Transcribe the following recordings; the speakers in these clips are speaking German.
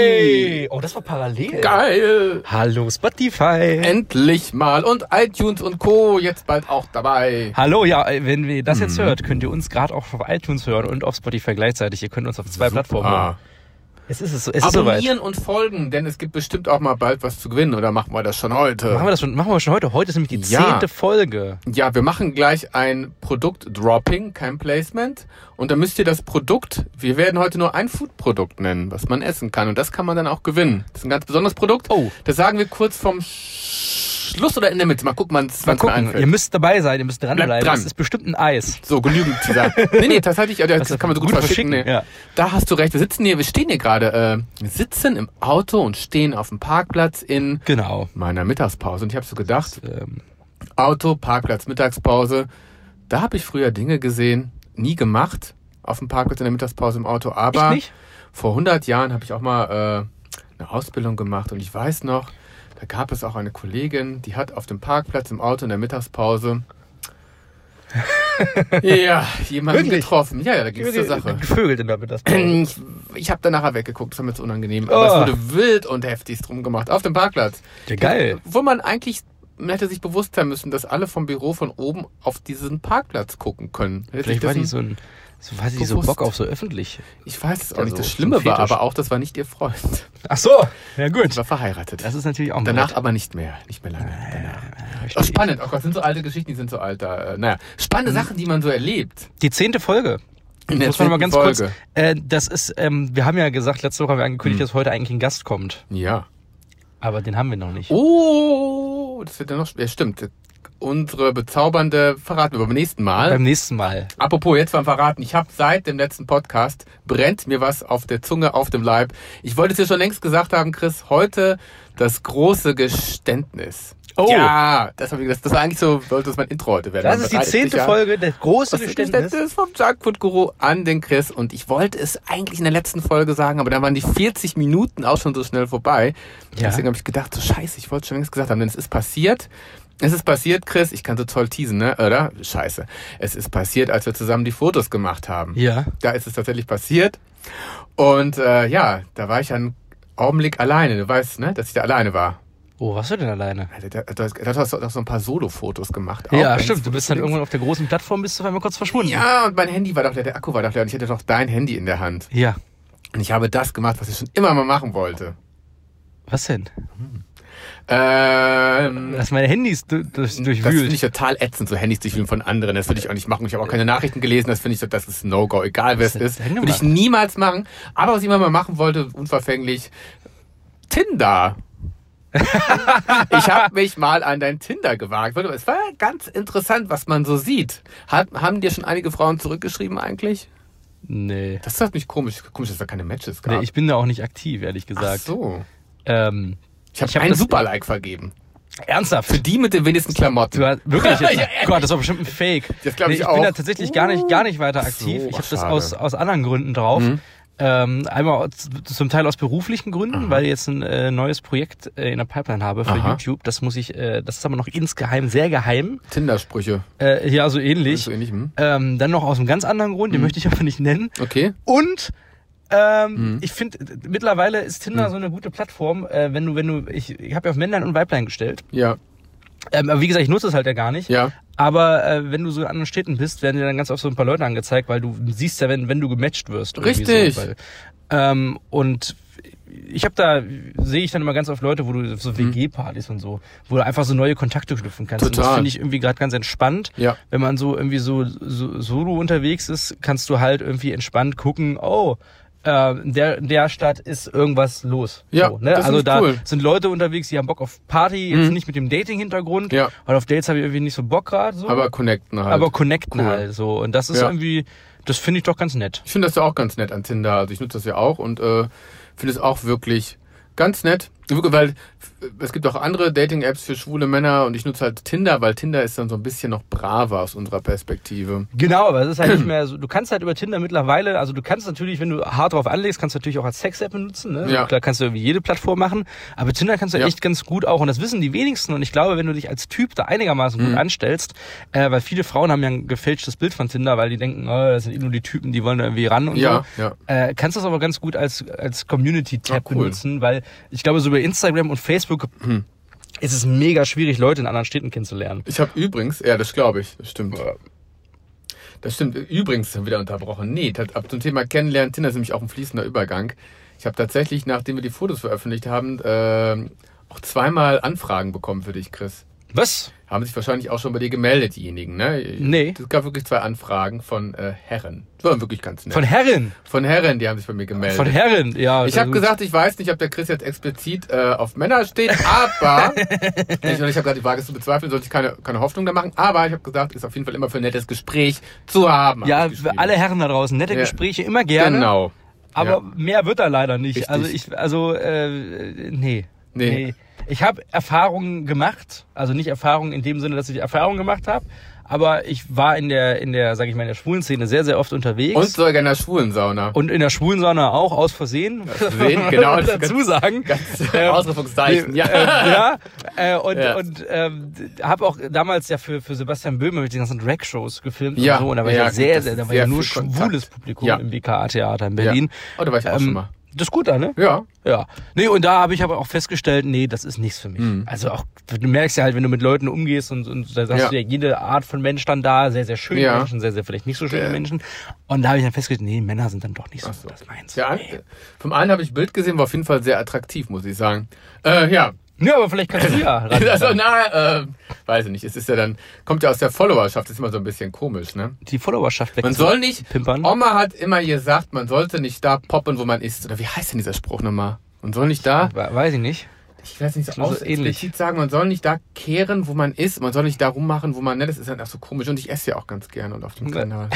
Spotify. Oh, das war parallel. Geil! Äh. Hallo Spotify. Endlich mal. Und iTunes und Co. jetzt bald auch dabei. Hallo, ja, äh, wenn ihr das Mhm. jetzt hört, könnt ihr uns gerade auch auf iTunes hören und auf Spotify gleichzeitig. Ihr könnt uns auf zwei Plattformen hören. Ah. Es ist es, es ist soweit. Abonnieren und folgen, denn es gibt bestimmt auch mal bald was zu gewinnen. Oder machen wir das schon heute? Machen wir das schon, machen wir schon heute. Heute ist nämlich die Ja. zehnte Folge. Ja, wir machen gleich ein Produkt-Dropping, kein Placement. Und dann müsst ihr das Produkt, wir werden heute nur ein Food-Produkt nennen, was man essen kann. Und das kann man dann auch gewinnen. Das ist ein ganz besonderes Produkt. Oh. Das sagen wir kurz vom Sch- Schluss oder in der Mitte. Mal gucken, wann es Mal gucken, ihr einfällt. müsst dabei sein, ihr müsst dranbleiben. Bleibt dran. Das ist bestimmt ein Eis. So, genügend zu sagen. Nee, nee, tatsächlich, also das, ist kann man so gut, gut verschicken. verschicken, Nee. ja. Da hast du recht. Wir sitzen hier, wir stehen hier gerade, äh, sitzen im Auto und stehen auf dem Parkplatz in Genau. meiner Mittagspause. Und ich habe so gedacht, Ähm, Auto, Parkplatz, Mittagspause. Da habe ich früher Dinge gesehen, nie gemacht auf dem Parkplatz in der Mittagspause im Auto. ich Aber nicht? vor 100 Jahren habe ich auch mal äh, eine Ausbildung gemacht und ich weiß noch, da gab es auch eine Kollegin, die hat auf dem Parkplatz im Auto in der Mittagspause ja, jemanden Wirklich? getroffen. Ja, ja, da ging es zur Sache. Gevögelt in der Mittagspause. Ich, ich habe da nachher weggeguckt, das war mir zu unangenehm. Aber Oh. es wurde wild und heftig drum gemacht. Auf dem Parkplatz. ja, geil. Wo man eigentlich man hätte sich bewusst sein müssen, dass alle vom Büro von oben auf diesen Parkplatz gucken können. Hätte sich Vielleicht war dessen- die so ein, so, weiß ich, so bewusst. Bock auf so öffentlich. ich weiß es auch Ja, nicht. so Das zum Schlimme war Fetisch. aber auch, das war nicht ihr Freund. Ach so, ja Sie gut. war verheiratet. Das ist natürlich auch ein Danach Brett. aber nicht mehr. Nicht mehr lange. Danach. Oh, Verstehe ich. spannend. Oh Gott, sind so alte Geschichten, die sind so alt. Da. äh, Naja, spannende Sachen, die man so erlebt. Die zehnte Folge. In der Muss man mal zehnten ganz kurz. Folge. Hm. Äh, das ist, ähm, wir haben ja gesagt, letzte Woche haben wir angekündigt, dass heute eigentlich ein Gast kommt. Ja. Aber den haben wir noch nicht. Oh, das wird ja noch. Ja, stimmt. Unsere bezaubernde verraten wir beim nächsten Mal. Beim nächsten Mal. Apropos, jetzt beim Verraten. Ich habe seit dem letzten Podcast brennt mir was auf der Zunge, auf dem Leib. Ich wollte es dir schon längst gesagt haben, Chris. Heute das große Geständnis. Oh. Ja, das, hab ich, das, das war eigentlich so, sollte das mein Intro heute werden. Das Man ist die bereitet sich zehnte ja Folge, das große Das Geständnis. Geständnis vom Junkfood-Guru an den Chris. Und ich wollte es eigentlich in der letzten Folge sagen, aber dann waren die 40 Minuten auch schon so schnell vorbei. Ja. Deswegen habe ich gedacht, so scheiße, ich wollte es schon längst gesagt haben, denn es ist passiert. Es ist passiert, Chris, ich kann so toll teasen, ne? Oder? Scheiße. Es ist passiert, als wir zusammen die Fotos gemacht haben. Ja. Da ist es tatsächlich passiert. Und äh, ja, da war ich einen Augenblick alleine. Du weißt, ne, dass ich da alleine war. Also, Oh, warst du denn alleine? Da, da, da, da hast du auch so ein paar Solo-Fotos gemacht. auch, ja, ganz stimmt. Du bist dann links. irgendwann auf der großen Plattform, bist du auf einmal kurz verschwunden. Ja, und mein Handy war doch leer, der Akku war doch leer und ich hatte doch dein Handy in der Hand. Ja. Und ich habe das gemacht, was ich schon immer mal machen wollte. Was denn? Ähm, Dass meine Handys du- durch, das finde ich durchwühlt. total ätzend, so Handys durchwühlen von anderen. Das würde ich auch nicht machen. Ich habe auch keine Nachrichten gelesen. Das finde ich, so- das ist ein No-Go. Egal wer es Was hast ist, du denn würde ich gemacht? niemals machen. Aber was ich immer mal machen wollte, unverfänglich, Tinder. ich habe mich mal an dein Tinder gewagt. Warte mal, Es war ganz interessant, was man so sieht. Hat, haben dir schon einige Frauen zurückgeschrieben eigentlich? Nee. Das hat mich komisch. Komisch, dass da keine Matches gab. Nee, ich bin da auch nicht aktiv, ehrlich Ach gesagt. so. Ähm, Ich habe hab einen das- Super-Like vergeben. ernsthaft. Für die mit den wenigsten Klamotten. Du hast wirklich jetzt, Ja, Gott, das war bestimmt ein Fake. Das glaub ich ich bin da auch. tatsächlich gar nicht, gar nicht weiter aktiv. so, ich ach, habe das schade. Mhm. aus, aus anderen Gründen drauf. Ähm, einmal aus- zum Teil aus beruflichen Gründen, weil ich jetzt ein äh, neues Projekt äh, in der Pipeline habe für Aha. YouTube. Das muss ich, äh, das ist aber noch insgeheim sehr geheim. Tinder-Sprüche. Äh, ja, so ähnlich. So ähnlich. Hm? Ähm, dann noch aus einem ganz anderen Grund, Mhm. den möchte ich aber nicht nennen. Okay. Und ähm, Mhm. ich finde, äh, mittlerweile ist Tinder so eine gute Plattform, äh, wenn du, wenn du, ich, ich habe ja auf Männlein und Weiblein gestellt. Ja. Ähm, aber wie gesagt, ich nutze es halt ja gar nicht. Ja. Aber äh, wenn du so in anderen Städten bist, werden dir dann ganz oft so ein paar Leute angezeigt, weil du siehst ja, wenn, wenn du gematcht wirst. irgendwie Richtig. So, weil, ähm, und ich habe da, sehe ich dann immer ganz oft Leute, wo du auf Mhm. so WG-Partys und so, wo du einfach so neue Kontakte knüpfen kannst. Und das Total. finde ich irgendwie gerade ganz entspannt. Ja. Wenn man so irgendwie so, so solo unterwegs ist, kannst du halt irgendwie entspannt gucken, oh, äh, in der, in der Stadt ist irgendwas los. Ja, so, ne? das finde Also ich da cool. Mhm. sind Leute unterwegs, die haben Bock auf Party, jetzt nicht mit dem Dating-Hintergrund, Ja. weil auf Dates habe ich irgendwie nicht so Bock gerade. So. Aber connecten halt. aber connecten Cool. halt so. Und das ist Ja. irgendwie, das finde ich doch ganz nett. ich finde das ja auch ganz nett an Tinder. Also ich nutze das ja auch und äh, finde es auch wirklich ganz nett. Weil es gibt auch andere Dating-Apps für schwule Männer und ich nutze halt Tinder, weil Tinder ist dann so ein bisschen noch braver aus unserer Perspektive. Genau, aber es ist halt nicht mehr so. Du kannst halt über Tinder mittlerweile, also du kannst natürlich, wenn du hart drauf anlegst, kannst du natürlich auch als Sex-App benutzen. Ne? Ja. Klar kannst du irgendwie jede Plattform machen, aber Tinder kannst du Ja. echt ganz gut auch und das wissen die wenigsten und ich glaube, wenn du dich als Typ da einigermaßen Mhm. gut anstellst, äh, weil viele Frauen haben ja ein gefälschtes Bild von Tinder, weil die denken, oh, das sind eh nur die Typen, die wollen da irgendwie ran und Ja, so. ja. Äh, kannst das aber ganz gut als, als Community-Tab Ah, cool. Hm. benutzen, weil ich glaube, so über Instagram und Facebook ist es mega schwierig, Leute in anderen Städten kennenzulernen. Ich habe übrigens, ja, das glaube ich, das stimmt. Das stimmt, übrigens wieder unterbrochen. Nee, tat- ab zum Thema Kennenlernen, Tinder ist nämlich auch ein fließender Übergang. Ich habe tatsächlich, nachdem wir die Fotos veröffentlicht haben, ähm, auch zweimal Anfragen bekommen für dich, Chris. Was? Haben sich wahrscheinlich auch schon bei dir gemeldet, diejenigen, ne? Nee. Es gab wirklich zwei Anfragen von äh, Herren. Das war wirklich ganz nett. Von Von, Herren? Herren, die haben sich bei mir gemeldet. Von Herren, ja. Äh, Ich habe gut. gesagt, ich weiß nicht, ob der Chris jetzt explizit äh, auf Männer steht, aber ich, und ich habe gerade die Waage zu bezweifeln, sollte ich keine, keine Hoffnung da machen, aber ich habe gesagt, ist auf jeden Fall immer für ein nettes Gespräch zu haben. hab Ja, ich für geschrieben. alle Herren da draußen, nette Ja. Gespräche immer gerne. Genau. Aber Ja. mehr wird da leider nicht. Richtig. Also ich, also äh, nee. Nee. Ich habe Erfahrungen gemacht, also nicht Erfahrungen in dem Sinne, dass ich Erfahrungen gemacht habe, aber ich war in der, in der, sag ich mal, in der schwulen Szene sehr, sehr oft unterwegs. Und sogar in der schwulen Sauna. Und in der schwulen Sauna auch, aus Versehen. Versehen, genau, das ist dazu sagen. Ähm, Ausrufungszeichen, ja. ja. ähm, ja, äh, und Ja. und ähm, habe auch damals ja für, für Sebastian Böhme mit den ganzen Drag-Shows gefilmt Ja, und so. Und da war ja, ja, ja gut, sehr, das sehr, da ist war ja sehr nur viel Kontakt. schwules Publikum Ja. im WKA-Theater in Berlin. Ähm, Oh, da war ich auch schon mal. Das ist gut da, ne? Ja. Ja. Nee, und da habe ich aber auch festgestellt, nee, das ist nichts für mich. Mhm. Also auch, du merkst ja halt, wenn du mit Leuten umgehst und, und da sagst Ja. du ja, jede Art von Mensch dann da, sehr, sehr schöne Ja. Menschen, sehr, sehr vielleicht nicht so schöne Der- Menschen. Und da habe ich dann festgestellt, nee, Männer sind dann doch nicht so, so. das meins. Der an, Nee. vom einen habe ich ein Bild gesehen, war auf jeden Fall sehr attraktiv, muss ich sagen. Äh, ja. Nö, aber vielleicht kannst du ja. ran. Also, na, äh, weiß ich nicht. Es ist ja dann, kommt ja aus der Followerschaft, ist immer so ein bisschen komisch, ne? die Followerschaft wechseln. Man soll nicht. Also, Pimpern. Oma hat immer gesagt, man sollte nicht da poppen, wo man ist. Oder wie heißt denn dieser Spruch nochmal? Man soll nicht da, We- Weiß ich nicht. ich weiß nicht, so glaube, aus es ist ähnlich. explizit sagen, man soll nicht da kehren, wo man ist. Man soll nicht da rummachen, wo man, ne, das ist halt auch so komisch. Und ich esse ja auch ganz gerne und auf Ne. dem Kanal.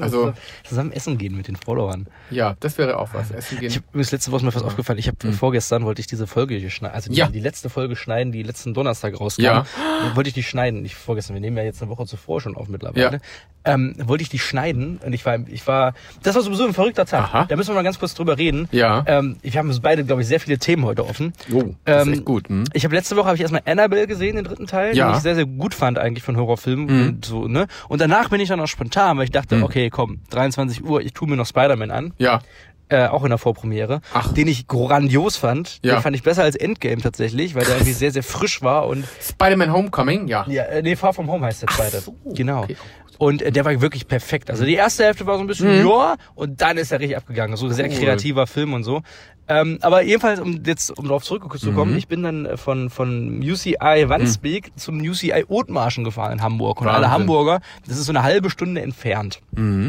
Also, Zusammen essen gehen mit den Followern. ja, das wäre auch was. Essen Ich gehen. habe mir das letzte Woche mal was aufgefallen. Ich habe vorgestern wollte ich diese Folge hier schneiden, also die, Hm. Ja. die letzte Folge schneiden, die letzten Donnerstag rauskam. Ja. Wollte ich die schneiden. Ich vorgestern, wir nehmen ja jetzt eine Woche zuvor schon auf mittlerweile. Ja. Ähm, wollte ich die schneiden und ich war, ich war, das war sowieso ein verrückter Tag. Aha. Da müssen wir mal ganz kurz drüber reden. Ja. Ähm, wir haben beide, glaube ich, sehr viele Themen heute offen. Oh, das ähm, ist echt gut. Hm? Ich habe letzte Woche habe ich erstmal Annabelle gesehen, den dritten Teil, Ja. Mhm. den ich sehr sehr gut fand eigentlich von Horrorfilmen und so, ne? Und danach bin ich dann auch spontan, weil ich dachte, okay, komm, 23 Uhr, ich tue mir noch Spider-Man an, Ja. äh, auch in der Vorpremiere, Ach. den ich grandios fand. Ja. Den fand ich besser als Endgame tatsächlich, weil der irgendwie sehr sehr frisch war und Spider-Man Homecoming, ja. ja, äh, nee, Far From Home heißt der zweite. so, genau. okay. Und äh, der war wirklich perfekt. Also die erste Hälfte war so ein bisschen, ja, und dann ist er richtig abgegangen. So ein sehr Mhm. Cool. kreativer Film und so. Ähm, aber jedenfalls, um jetzt um darauf zurückzukommen, Mhm. ich bin dann äh, von, von UCI Wandsbek zum UCI Othmarschen gefahren in Hamburg. Und alle Wahnsinn. Hamburger, das ist so eine halbe Stunde entfernt. Mhm.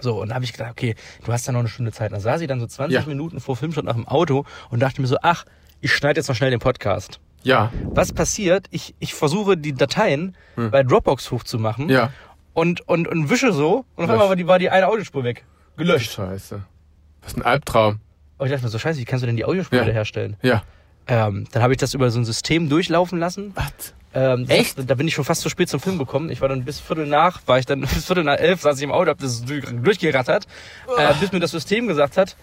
So, und da habe ich gedacht, okay, du hast ja noch eine Stunde Zeit. Dann saß ich dann so 20 Ja. Minuten vor Filmstart nach dem Auto und dachte mir so, ach, ich schneide jetzt noch schnell den Podcast Ja. was passiert, ich, ich versuche die Dateien bei Dropbox hochzumachen Hm. Ja. und, und, und wische so und Löscht. auf einmal war die, war die eine Audiospur weg. Gelöscht. Scheiße. Was ein Albtraum. Und ich dachte mir so, scheiße, wie kannst du denn die Audiospur Ja. wieder herstellen? Ja. Ähm, dann habe ich das über so ein System durchlaufen lassen. Was? Ähm, das- Echt? Da bin ich schon fast zu spät zum Film gekommen. Ich war dann bis Viertel nach, war ich dann bis Viertel nach elf, saß ich im Auto, hab das durch- durchgerattert, äh, bis mir das System gesagt hat,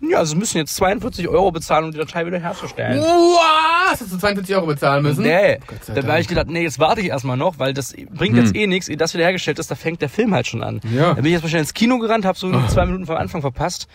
ja, sie müssen jetzt 42 Euro bezahlen, um die Datei wieder herzustellen. Was? Hast du 42 Euro bezahlen müssen? Oh Nee, Gott sei dann habe Dank. Hm. ich gedacht, nee, jetzt warte ich erstmal noch, weil das bringt jetzt eh nichts. Ehe das wieder hergestellt ist, da fängt der Film halt schon an. Ja. Oh. Dann bin ich jetzt mal schnell ins Kino gerannt, habe so zwei Minuten vom Anfang verpasst,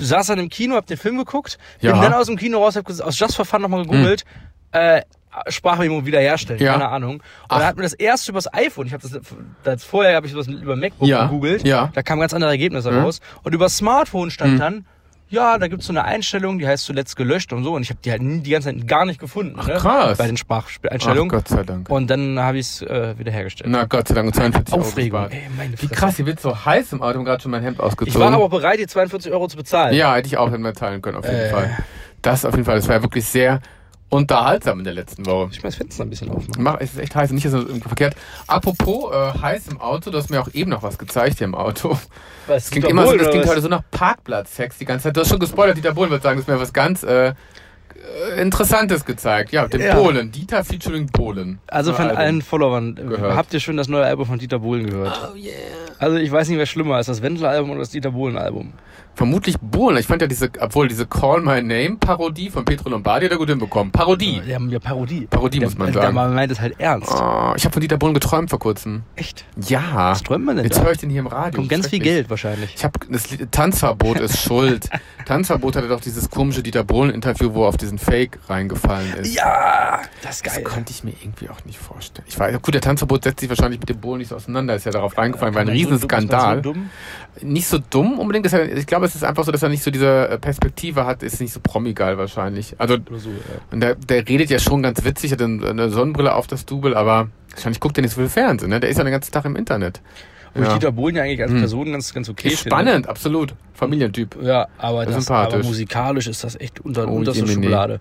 saß dann im Kino, hab den Film geguckt, bin Ja. Hm. dann aus dem Kino raus, hab ges- aus Just for Fun nochmal gegoogelt, äh, Sprachmemo wiederherstellen, Ja. keine Ahnung. Und dann hat mir das erst übers iPhone, ich habe das, das vorher habe ich sowas über MacBook Ja. gegoogelt, Ja. Hm. da kamen ganz andere Ergebnisse raus. Und über Smartphone stand dann, ja, da gibt's so eine Einstellung, die heißt zuletzt gelöscht und so. Und ich habe die halt nie, die ganze Zeit gar nicht gefunden. ne? krass. Bei den Ach, Spracheinstellungen. Gott sei Dank. Und dann habe ich es äh, wieder hergestellt. Na Gott sei Dank, und 42 Aufregung, Euro gespart. ey, meine Wie Fresse. krass, hier wird so heiß im Auto, ich hab gerade schon mein Hemd ausgezogen. Ich war aber auch bereit, die 42 Euro zu bezahlen. ja, hätte ich auch hätte mal teilen können, auf jeden Äh. Fall. Das auf jeden Fall, das war ja wirklich sehr unterhaltsam in der letzten Woche. Ich muss das Fenster ein bisschen aufmachen. Mach, es ist echt heiß, nicht dass es irgendwie verkehrt. Apropos äh, heiß im Auto, du hast mir auch eben noch was gezeigt hier im Auto. Was, Das klingt halt immer so, das klingt heute so nach Parkplatz-Sex die ganze Zeit. Du hast schon gespoilert, Dieter Bohlen wird sagen, das ist mir was ganz äh, äh, Interessantes gezeigt. Ja, den Ja. Polen. Dieter featuring Polen. Also von Ein Album. allen Followern, äh, Gehört. habt ihr schon das neue Album von Dieter Bohlen gehört? Oh yeah. Also ich weiß nicht, wer schlimmer ist, das Wendler-Album oder das Dieter Bohlen-Album. Vermutlich Bohlen. Ich fand ja diese, obwohl diese Call My Name Parodie von Petro Lombardi hat er gut hinbekommen. Parodie. Die haben ja Parodie. Parodie Der- muss man also sagen. Der man meint es halt ernst. Oh, ich habe von Dieter Bohlen geträumt vor kurzem. Echt? Ja. Was träumt man denn Jetzt da? höre ich den hier im Radio. Kommt ganz viel Schrecklich. Geld wahrscheinlich. Ich habe das Lied- Tanzverbot ist schuld. Tanzverbot hatte doch dieses komische Dieter Bohlen Interview, wo er auf diesen Fake reingefallen ist. Ja, das ist Das geil. konnte ich mir irgendwie auch nicht vorstellen. Ich weiß, gut, der Tanzverbot setzt sich wahrscheinlich mit dem Bohlen nicht so auseinander, ist ja darauf reingefallen, war ein Riesenskandal. So dumm? nicht so dumm unbedingt, ist er, ich glaube, es ist einfach so, dass er nicht so diese äh, Perspektive hat, ist nicht so promigal wahrscheinlich. Also, Oder so, ja. und der, der redet ja schon ganz witzig, hat eine eine Sonnenbrille auf das Double, aber wahrscheinlich guckt er nicht so viel Fernsehen, ne? Der ist ja den ganzen Tag im Internet. Wo ich Ja. Dieter Bohlen ja eigentlich als Hm. Person ganz, ganz okay Ist finde. spannend, absolut. Familientyp. Ja, aber, Das ist das, aber sympathisch. musikalisch ist das echt unter, Oh, unterste Jemine. Schublade.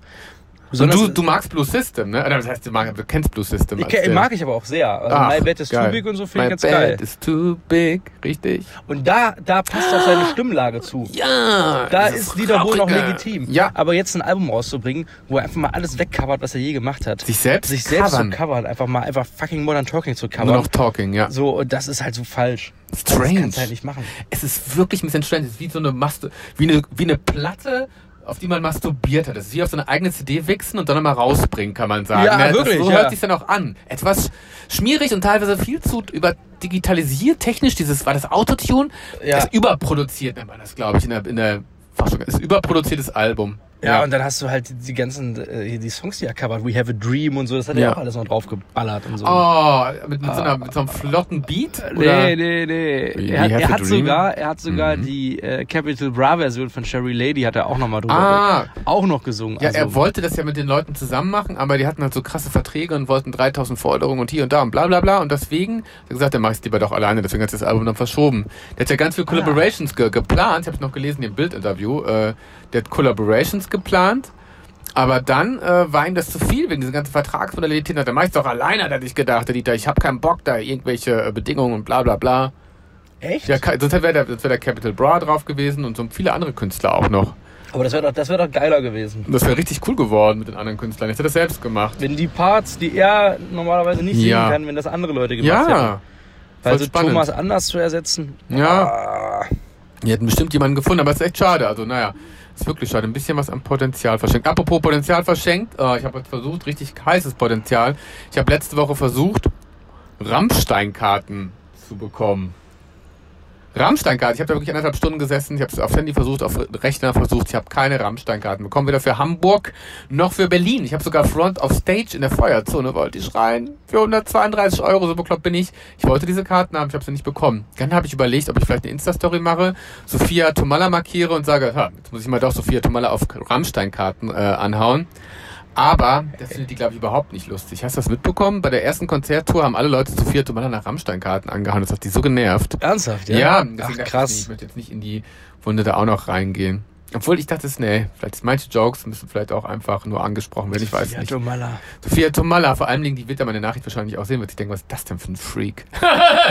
Und Besonders- du, du magst Blue System, ne? Das heißt, du, mag, du kennst Blue System. ich, als ke- der- mag ich aber auch sehr. Also Ach, My Bed is geil. Too Big und so finde My ich ganz geil. Bed is too big, richtig. Und da, da passt auch seine Stimmlage zu. Ja, Da ist Dieter Bohlen noch legitim. Ja, Aber jetzt ein Album rauszubringen, wo er einfach mal alles wegcovert, was er je gemacht hat. sich selbst, Sich selbst covern. zu covern, einfach mal einfach fucking Modern Talking zu Nur covern. noch Talking, ja. So, und das ist halt so falsch. Das Strange. kannst du halt nicht machen. Es ist wirklich ein bisschen strange. Es ist wie so eine Mastu wie eine, wie eine Platte, auf die man masturbiert hat. Es ist wie auf so eine eigene CD wichsen und dann nochmal rausbringen, kann man sagen. Ja, Ne? wirklich, Das, so ja. hört sich dann auch an. Etwas schmierig und teilweise viel zu über digitalisiert technisch. Dieses war das Autotune. Ja. Das überproduziert nennt man das, glaube ich, in der, in der Fachjargon. Das ist ein überproduziertes Album. Ja, und dann hast du halt die, die ganzen, äh, hier die Songs, die er covert, We Have a Dream und so, das hat er Ja. auch alles noch draufgeballert und so. Oh, mit, mit, so einer, mit so einem flotten Beat? Oder? Äh, Nee, nee, nee. We Er hat, Have er a hat Dream? sogar, er hat sogar die äh, Capital Bra Version von Sherry Lady hat er auch nochmal drüber. Ah. ge- Auch noch gesungen. Ja, also, er wollte das ja mit den Leuten zusammen machen, aber die hatten halt so krasse Verträge und wollten 3000 Forderungen und hier und da und bla bla bla. Und deswegen hat er gesagt, dann mach ich's lieber doch alleine. Deswegen hat er das Album dann verschoben. Der hat ja ganz viel Collaborations ge geplant. Ich habe noch gelesen im Bildinterview. Äh, der hat Collaborations geplant. Aber dann äh, war ihm das zu viel wegen diesen ganzen Vertragsmodalitäten. Dann mach ich's doch alleine, hat er sich gedacht, der Dieter. Ich habe keinen Bock da irgendwelche äh, Bedingungen und bla bla bla. Echt? Ja, ka- sonst wäre der, sonst wär der Capital Bra drauf gewesen und so viele andere Künstler auch noch. Aber das wäre doch, das wär doch geiler gewesen. Und das wäre richtig cool geworden mit den anderen Künstlern. Ich hätte das selbst gemacht. Wenn die Parts, die er normalerweise nicht Ja. singen kann, wenn das andere Leute gemacht hätten. Ja. Weil voll so spannend. Thomas anders zu ersetzen. Ja. Ah, Die hätten bestimmt jemanden gefunden, aber es ist echt schade. Also, naja, ist wirklich schade. Ein bisschen was am Potenzial verschenkt. Apropos Potenzial verschenkt, äh, ich habe jetzt versucht, richtig heißes Potenzial. Ich habe letzte Woche versucht, Rammstein-Karten zu bekommen. Rammstein-Karten. Ich habe da wirklich anderthalb Stunden gesessen. Ich habe es auf Handy versucht, auf Rechner versucht. Ich habe keine Rammstein-Karten bekommen. Weder für Hamburg noch für Berlin. Ich habe sogar Front of Stage in der Feuerzone wollte ich rein. Für 132 Euro, so bekloppt bin ich. Ich wollte diese Karten haben, ich habe sie nicht bekommen. Dann habe ich überlegt, ob ich vielleicht eine Insta-Story mache, Sophia Tomalla markiere und sage, ha, jetzt muss ich mal doch Sophia Tomalla auf Rammstein-Karten äh, anhauen. Aber das findet die, glaube ich, überhaupt nicht lustig. Hast du das mitbekommen? Bei der ersten Konzerttour haben alle Leute Sophia Tomalla nach Rammstein-Karten angehauen. Das hat die so genervt. ernsthaft, ja? Ja, deswegen Ach, dachte Ich, ich krass. möchte jetzt nicht in die Wunde da auch noch reingehen. Obwohl ich dachte, es- nee, vielleicht manche Jokes müssen vielleicht auch einfach nur angesprochen werden, ich weiß ja, nicht. Tomala. Sophia Tomalla, vor allem die wird da meine Nachricht wahrscheinlich auch sehen, wird sich denken, was ist das denn für ein Freak?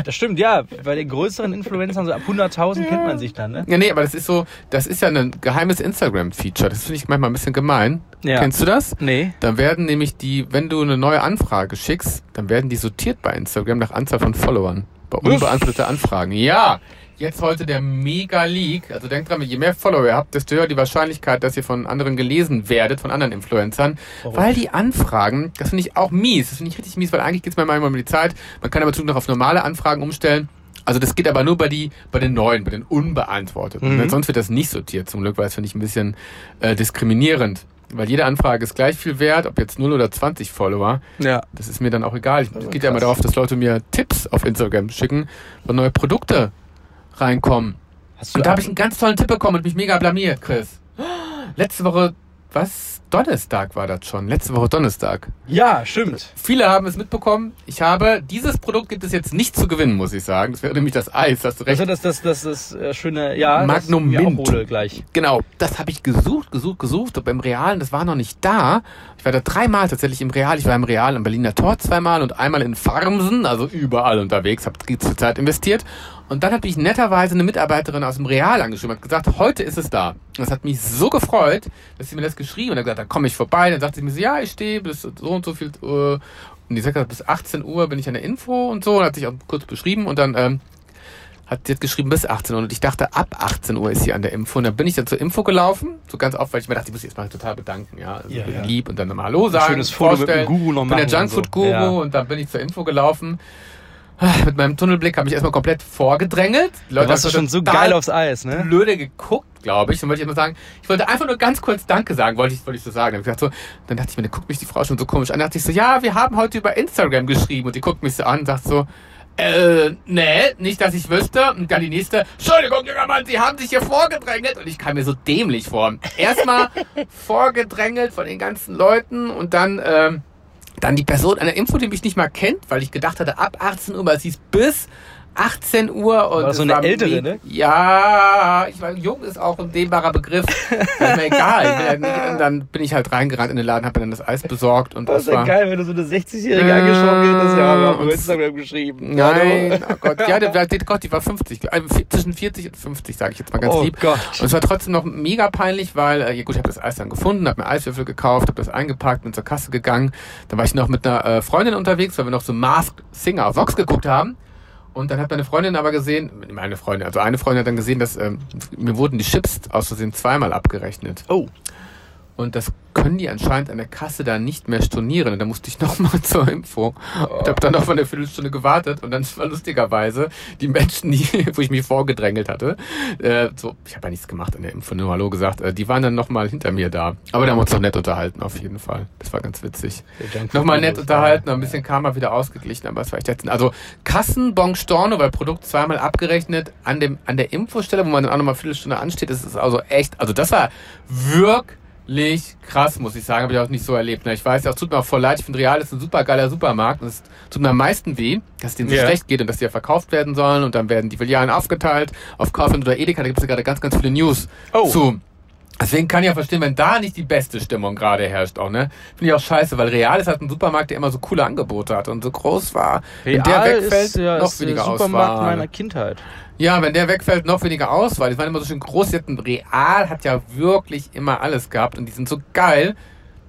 Das stimmt, ja. Bei den größeren Influencern, so ab 100.000 kennt man sich dann, ne? Ja, nee, aber das ist so, das ist ja ein geheimes Instagram-Feature, das finde ich manchmal ein bisschen gemein. Ja. Kennst du das? Nee. Dann werden nämlich die, wenn du eine neue Anfrage schickst, dann werden die sortiert bei Instagram nach Anzahl von Followern. Bei Uff. unbeantwortete Anfragen. Ja, jetzt heute der Mega-Leak. Also denkt dran, je mehr Follower ihr habt, desto höher die Wahrscheinlichkeit, dass ihr von anderen gelesen werdet, von anderen Influencern. Verrückt. Weil die Anfragen, das finde ich auch mies. Das finde ich richtig mies, weil eigentlich geht es mir manchmal um die Zeit. Man kann aber zurück noch auf normale Anfragen umstellen. Also das geht aber nur bei die, bei den neuen, bei den unbeantworteten. Mhm. Sonst wird das nicht sortiert zum Glück, weil das finde ich ein bisschen äh, diskriminierend. Weil jede Anfrage ist gleich viel wert, ob jetzt 0 oder 20 Follower. Ja. Das ist mir dann auch egal. Ich- Es geht ja Also krass. immer darauf, dass Leute mir Tipps auf Instagram schicken, wo neue Produkte reinkommen. Hast Und da ab- habe ich einen ganz tollen Tipp bekommen und mich mega blamiert, Chris. Letzte Woche, was? Donnerstag war das schon. Letzte Woche Donnerstag. ja, stimmt. Viele haben es mitbekommen. Ich habe, dieses Produkt gibt es jetzt nicht zu gewinnen, muss ich sagen. Das wäre nämlich das Eis, hast du recht. Also das, das, das, das äh, schöne, ja, Magnum das, Mint. Ja, hole gleich. Genau, das habe ich gesucht, gesucht, gesucht. Und beim Realen, das war noch nicht da. Ich war da dreimal tatsächlich im Real. Ich war im Real am Berliner Tor zweimal und einmal in Farmsen, also überall unterwegs, habe viel Zeit investiert. Und dann hat mich netterweise eine Mitarbeiterin aus dem Real angeschrieben und hat gesagt, heute ist es da. Und das hat mich so gefreut, dass sie mir das geschrieben hat. Und hat gesagt, da komme ich vorbei. Dann sagte sie mir so, ja, ich stehe bis so und so viel Uhr. Und die sagt, bis 18 Uhr bin ich an der Info und so. Und hat sich auch kurz beschrieben und dann ähm, hat sie jetzt geschrieben bis 18 Uhr. Und ich dachte, ab 18 Uhr ist sie an der Info. Und dann bin ich dann zur Info gelaufen, so ganz auf, weil ich mir dachte, ich muss jetzt mal total bedanken. Ja, also Ja, ja. lieb und dann nochmal Hallo sagen. schönes Foto mit dem vorstellen. Guru noch Ich bin der machen und so. Junkfood-Guru Ja. und dann bin ich zur Info gelaufen. Ah, Mit meinem Tunnelblick habe ich erstmal komplett vorgedrängelt. Die Du warst haben doch schon so total geil aufs Eis, ne? blöde geguckt, glaube ich. Dann wollte ich immer sagen, ich wollte einfach nur ganz kurz Danke sagen, wollte ich, wollte ich so sagen. Dann, hab ich gedacht, so, dann dachte ich mir, dann guckt mich die Frau schon so komisch an. Dann dachte ich so, ja, wir haben heute über Instagram geschrieben. Und die guckt mich so an und sagt so, äh, nee, nicht, dass ich wüsste. Und dann die nächste, Entschuldigung, junger Mann, Sie haben sich hier vorgedrängelt. Und ich kam mir so dämlich vor. Erstmal vorgedrängelt von den ganzen Leuten und dann, ähm, dann die Person an der Info, die mich nicht mal kennt, weil ich gedacht hatte, ab 18 Uhr, weil es hieß bis 18 Uhr. Und War das so es eine ältere, nie- ne? Ja, ich meine, jung ist auch ein dehnbarer Begriff. ist mir egal. Ich bin halt nicht, und dann bin ich halt reingerannt in den Laden, habe mir dann das Eis besorgt und Das das, ist ja war... geil, wenn du so eine 60-Jährige Äh, angeschaut wird, das ist ja aber auf und- Instagram geschrieben. Äh, Nein, oh Gott, ja, der, der, Gott, die war 50, äh, vi- zwischen 40 und 50, sage ich jetzt mal ganz oh lieb. Gott. Und es war trotzdem noch mega peinlich, weil, äh, ja gut, ich habe das Eis dann gefunden, habe mir Eiswürfel gekauft, habe das eingepackt, bin zur Kasse gegangen. Dann war ich noch mit einer äh, Freundin unterwegs, weil wir noch so Masked Singer auf Vox geguckt haben. Und dann hat meine Freundin aber gesehen, meine Freundin, also eine Freundin hat dann gesehen, dass ähm, mir wurden die Chips aus Versehen zweimal abgerechnet. Oh. Und das können die anscheinend an der Kasse da nicht mehr stornieren. Und da musste ich nochmal zur Info. Und habe dann noch mal eine Viertelstunde gewartet. Und dann war lustigerweise die Menschen, die, wo ich mich vorgedrängelt hatte, äh, so, ich habe ja nichts gemacht an der Info, nur Hallo gesagt, äh, die waren dann nochmal hinter mir da. Aber da haben wir uns doch nett unterhalten, auf jeden Fall. Das war ganz witzig. Nochmal nett unterhalten, ein bisschen Karma wieder ausgeglichen, aber es war echt jetzt. Also Kassen Bon Storno, weil Produkt zweimal abgerechnet an dem an der Infostelle, wo man dann auch nochmal eine Viertelstunde ansteht, das ist also echt, also das war wirklich krass, muss ich sagen, habe ich auch nicht so erlebt. Ne? Ich weiß ja, es tut mir auch voll leid, ich finde Real ist ein super geiler Supermarkt und es tut mir am meisten weh, dass es denen so Ja. schlecht geht und dass die ja verkauft werden sollen und dann werden die Filialen aufgeteilt auf Kaufland oder Edeka, da gibt es ja gerade ganz, ganz viele News Oh. zu. Deswegen kann ich ja verstehen, wenn da nicht die beste Stimmung gerade herrscht auch, ne? Finde ich auch scheiße, weil Real ist halt ein Supermarkt, der immer so coole Angebote hat und so groß war. wenn der Real wegfällt, ist, ja, noch ist der weniger Supermarkt Auswahl. meiner Kindheit. Ja, wenn der wegfällt, noch weniger Auswahl. Die waren immer so schön groß. Die hatten Real hat ja wirklich immer alles gehabt und die sind so geil.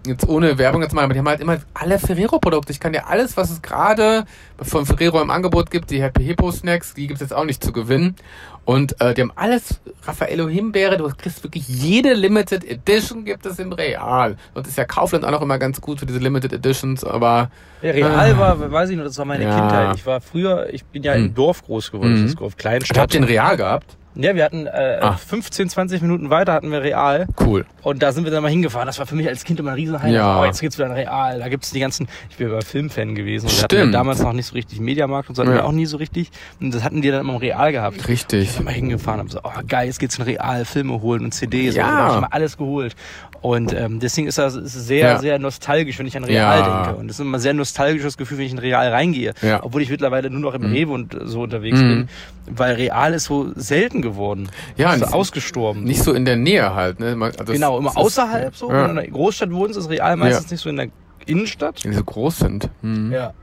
Jetzt ohne Werbung jetzt mal, aber die haben halt immer alle Ferrero-Produkte. Ich kann dir alles, was es gerade von Ferrero im Angebot gibt, die Happy Hippo Snacks, die gibt's jetzt auch nicht zu gewinnen. Und äh, die haben alles, Raffaello Himbeere, du kriegst wirklich jede Limited Edition gibt es im Real. Und ist ja Kaufland auch noch immer ganz gut für diese Limited Editions, aber Ja, Real Ah. war, weiß ich nur, das war meine Ja. Kindheit. Ich war früher, ich bin ja Hm. im Dorf groß geworden, Mhm. mhm. auf ich hab Kleinstadt. den Real gehabt. Ja, wir hatten äh, Ah. 15, 20 Minuten weiter hatten wir Real. Cool. Und da sind wir dann mal hingefahren. Das war für mich als Kind immer ein Riesenhighlight. Ja. Oh, jetzt geht's wieder in Real. Da gibt's die ganzen. Ich bin ja Filmfan gewesen. Und Wir hatten Stimmt. ja damals noch nicht so richtig Mediamarkt und so hatten Ja. wir auch nie so richtig. Und das hatten die dann immer im Real gehabt. Richtig. Ich bin mal hingefahren und so, oh geil, jetzt geht's in Real, Filme holen und CDs. Ja. Und da hab ich mal alles geholt. Und ähm, deswegen ist das ist sehr, Ja. sehr nostalgisch, wenn ich an Real Ja. denke. Und das ist immer ein sehr nostalgisches Gefühl, wenn ich in Real reingehe. Ja. Obwohl ich mittlerweile nur noch im Rewe und so unterwegs Mhm. bin. Weil Real ist so selten geworden. Ja, ist so und- ausgestorben. Nicht so in der Nähe halt, ne? Man- also es- Genau, es immer ist- außerhalb so. Ja. Wenn du in einer Großstadt wohnst, ist Real meistens nicht so in der Innenstadt. die so groß sind. Hm, Ja.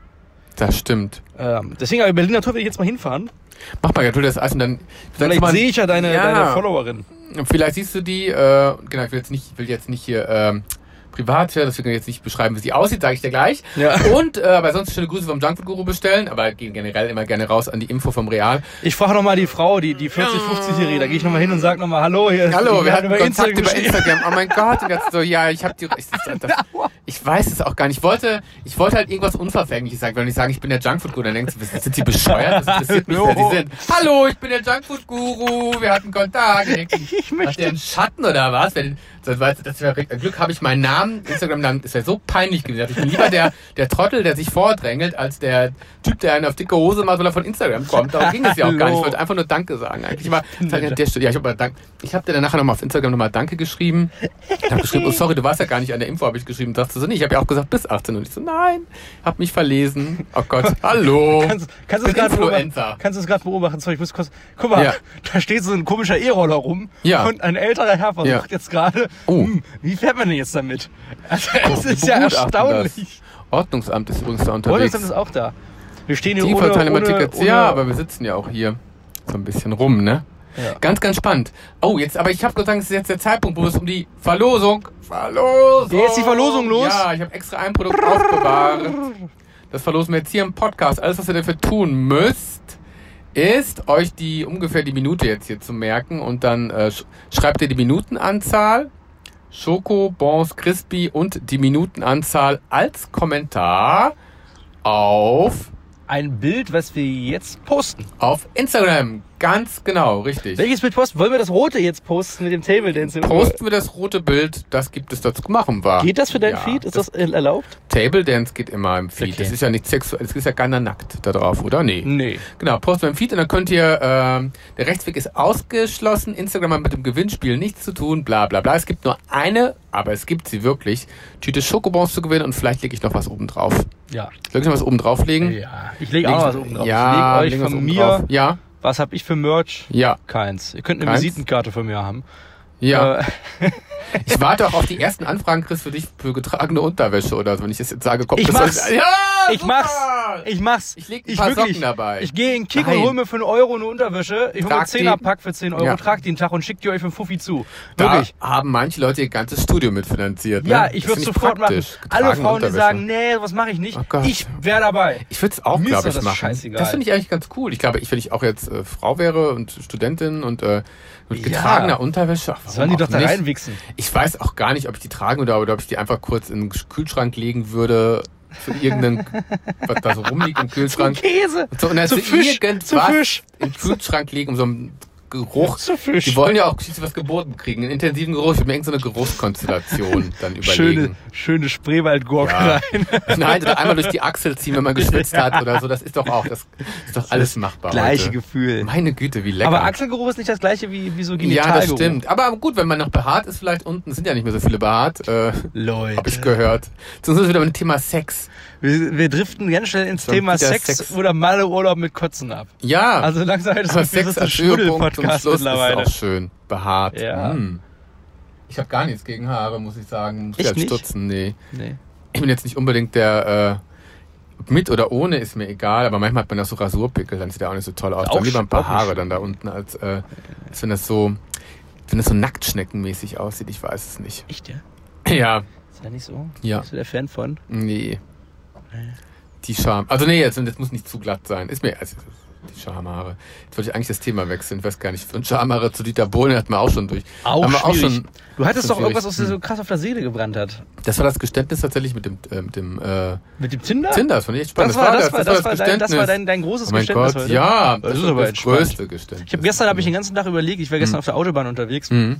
Das stimmt. Ähm, deswegen, aber Berliner Tor will ich jetzt mal hinfahren. Mach mal, du das Eis und dann. Vielleicht mal, sehe ich ja deine, Ja. deine Followerin. Vielleicht siehst du die. Äh, genau, ich will jetzt nicht, will jetzt nicht hier ähm, privat, ja, deswegen jetzt nicht beschreiben, wie sie aussieht, sage ich dir gleich. Ja. Und äh, aber sonst schöne Grüße vom Junkfood Guru bestellen, aber gehen generell immer gerne raus an die Info vom Real. Ich frage nochmal die Frau, die, die 40, 50-Jährige. Da gehe ich nochmal hin und sage nochmal Hallo hier. Hallo, wir hatten Kontakt Äh, Instagram über geschrieben. Instagram. Oh mein Gott, und jetzt so, ja, ich habe die. Ich, das, das, ich weiß es auch gar nicht. Ich wollte, ich wollte halt irgendwas Unverfängliches sagen. Wenn ich sage, ich bin der Junkfood-Guru, dann denkst du, sind die bescheuert? Das interessiert mich, wer Hallo. sie sind. Hallo, ich bin der Junkfood-Guru, wir hatten Kontakt. Ich Hat der möchte. einen Schatten oder was? Wenn, das, war- das wär, Glück habe ich meinen Namen, Instagram-Namen, das wäre so peinlich gewesen. Ich bin lieber der, der Trottel, der sich vordrängelt, als der Typ, der einen auf dicke Hose macht, weil er von Instagram kommt. Darum ging es ja auch gar nicht. Ich wollte einfach nur Danke sagen. Eigentlich war, das hat ja an der Stelle, ja, ich habe Dank, ich habe dir dann nachher nochmal auf Instagram nochmal Danke geschrieben. Ich habe geschrieben, oh sorry, du warst ja gar nicht an der Info, habe ich geschrieben. Sagst du so, nee, ich habe ja auch gesagt bis 18 und ich so, nein, habe mich verlesen. Oh Gott, hallo. Kannst, kannst du es Bin gerade beobachten? Influencer. Kannst du es gerade beobachten? Sorry, ich muss kurz. Guck mal, Ja. da steht so ein komischer E-Roller rum Ja. und ein älterer Herr versucht Ja. jetzt gerade, Oh. hm, wie fährt man denn jetzt damit? Also, das ist ja Begutachten das. erstaunlich. Ordnungsamt ist übrigens da unterwegs. Ordnungsamt ist auch da. Wir stehen hier Die ohne, verteilen immer ohne, Tickets. ohne Ja, aber wir sitzen ja auch hier. so ein bisschen rum, ne? Ja. Ganz, ganz spannend. Oh, jetzt, aber ich habe gesagt, es ist jetzt der Zeitpunkt, wo es um die Verlosung. Verlosung! Geht jetzt die Verlosung los? Ja, ich habe extra ein Produkt aufbewahrt. Das verlosen wir jetzt hier im Podcast. Alles, was ihr dafür tun müsst, ist, euch die ungefähr die Minute jetzt hier zu merken und dann äh, sch schreibt ihr die Minutenanzahl. Schoko, Bons, Crispy und die Minutenanzahl als Kommentar auf, Ein Bild, was wir jetzt posten. auf Instagram. Ganz genau, richtig. Welches Bild posten? Wollen wir das rote jetzt posten mit dem Table Dance? Posten wir das rote Bild, das gibt es dazu machen war. Geht das für dein Ja, Feed? Ist das äh, erlaubt? Table Dance geht immer im Feed. Okay. Hm. Das ist ja nicht sexuell, es ist ja keiner nackt da drauf, oder? Nee. Nee. Genau, posten wir im Feed und dann könnt ihr, ähm, der Rechtsweg ist ausgeschlossen, Instagram hat mit dem Gewinnspiel nichts zu tun, bla bla bla. Es gibt nur eine, aber es gibt sie wirklich, Tüte Schokobons zu gewinnen und vielleicht lege ich noch was oben drauf. Ja. Soll ich noch was oben drauf legen? Ja. Ich lege auch was oben drauf. Hm. Ja, ich legen lege wir euch was von oben mir. drauf. Ja, Was hab ich für Merch? ja, Keins. Ihr könnt eine Keins? Visitenkarte von mir haben. ja. Äh, Ich warte auch auf die ersten Anfragen, Chris, für dich für getragene Unterwäsche oder so. Wenn ich das jetzt sage, kommt Ich das mach's. Ja, ich super! mach's. Ich mach's. Ich leg ein paar Socken dabei. Ich gehe in den Kick Nein. und hol mir für einen Euro eine Unterwäsche. Ich hol mir Trag einen Zehnerpack für 10 Euro, Ja. trag die einen Tag und schickt die euch für einen Fuffi zu. Da Wirklich. haben manche Leute ihr ganzes Studio mitfinanziert. Ne? Ja, ich Das würde find sofort machen. praktisch. Alle Getragene Frauen, die Unterwäsche. sagen, nee, was mache ich nicht, Oh Gott. ich wäre dabei. Ich würde es auch, Mir ist glaube doch ich, das machen. scheißegal. Das finde ich eigentlich ganz cool. Ich glaube, ich, wenn ich auch jetzt äh, Frau wäre und Studentin und äh, mit Ja. getragener Unterwäsche. Ach, Sollen die warum doch auch da nicht? reinwichsen? Ich weiß auch gar nicht, ob ich die tragen oder, oder ob ich die einfach kurz in den Kühlschrank legen würde. Für irgendeinen, was da so rumliegt im Kühlschrank. Käse! So, und dann Zu so Fisch, irgendwas zu Fisch. im Kühlschrank liegen, um so einen Geruch. Zu Fisch. Die wollen ja auch schließlich was geboten kriegen, einen intensiven Geruch. Ich würde mir irgendeine Geruchskonstellation dann überlegen. Schöne, schöne Spreewaldgurke Ja. rein. Nein, oder einmal durch die Achsel ziehen, wenn man geschwitzt hat oder so. Das ist doch auch, das ist doch alles machbar. Gleiche heute. Gefühl. Meine Güte, wie lecker. Aber Achselgeruch ist nicht das gleiche wie, wie so ja, das Genitalgeruch. stimmt. Aber gut, wenn man noch behaart ist, vielleicht unten sind ja nicht mehr so viele behaart. Äh, Leute. Hab ich gehört. Sonst sind wir wieder mit dem Thema Sex. Wir, wir driften ganz schnell ins Schon Thema wieder Sex, Sex. oder Malle-Urlaub mit Kotzen ab. Ja, Also langsam ist aber das Sex als Höhepunkt zum Schmudel-Podcast Schluss ist mittlerweile. auch schön. Behaart. Ja. Hm. Ich habe gar nichts gegen Haare, muss ich sagen. Muss ich Echt halt nicht? stutzen, nee. Nee. Ich bin jetzt nicht unbedingt der, äh, mit oder ohne ist mir egal, aber manchmal hat man da so Rasurpickel, dann sieht er auch nicht so toll aus. Auch Dann lieber ein paar sch- auch nicht Haare schön. dann da unten, als, äh, als wenn das so, wenn das so nacktschneckenmäßig aussieht, ich weiß es nicht. Echt, ja? Ja, Ist ja nicht so? Ja. Bist du der Fan von? nee. Die Scham, also nee, jetzt, das muss nicht zu glatt sein. Ist mir, also, die Schamhaare. Jetzt wollte ich eigentlich das Thema wechseln, ich weiß gar nicht. Von Schamhaare zu Dieter Bohlen hatten wir auch schon durch. Auch Haben wir schwierig. du hattest schon doch schwierig. irgendwas, was dir so krass auf der Seele gebrannt hat. das war das Geständnis tatsächlich mit dem, äh, mit dem, äh, Mit dem Tinder? Tinder, das fand ich echt spannend. Das war, das war, das war, das dein, das war Geständnis. dein, dein großes Oh mein Geständnis Gott, heute. ja, Das das, ist ist aber das entspannt. größte Geständnis. Ich habe gestern habe ich den ganzen Tag überlegt. Ich war gestern auf der Autobahn unterwegs Mhm.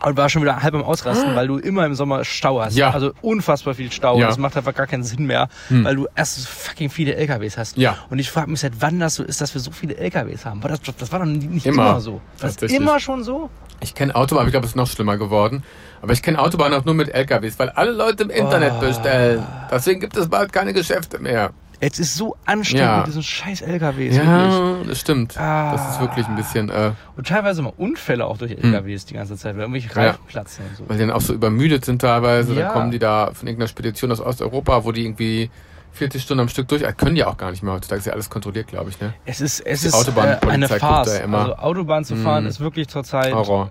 Ah. und war schon wieder halb am Ausrasten, weil du immer im Sommer Stau hast. Ja. Also unfassbar viel Stau. Ja. Mhm. Das macht einfach gar keinen Sinn mehr, weil du erst so fucking viele LKWs hast. Ja. Und ich frage mich, seit wann das so ist, dass wir so viele LKWs haben. War das, das war doch nicht immer, Immer. so. War das Tatsächlich. immer schon so? Ich kenne Autobahn, aber ich glaube, es ist noch schlimmer geworden. Aber ich kenne Autobahn auch nur mit LKWs, weil alle Leute im Internet bestellen. Deswegen gibt es bald keine Geschäfte mehr. Jetzt ist so anstrengend Ja. mit diesen scheiß LKWs. Wirklich. Ja, das stimmt. Ah. Das ist wirklich ein bisschen, äh, Und teilweise mal Unfälle auch Mhm. durch LKWs die ganze Zeit, weil irgendwelche Reifen platzen und so. weil die dann auch so übermüdet sind teilweise. Ja. Dann kommen die da von irgendeiner Spedition aus Osteuropa, wo die irgendwie 40 Stunden am Stück durch, äh, können die auch gar nicht mehr heutzutage. Ist ja alles kontrolliert, glaube ich, ne? Es ist, es Die ist äh, Autobahnpolizei eine guckt Farce. da immer. Mhm. Also Autobahn zu fahren ist wirklich zurzeit Horror.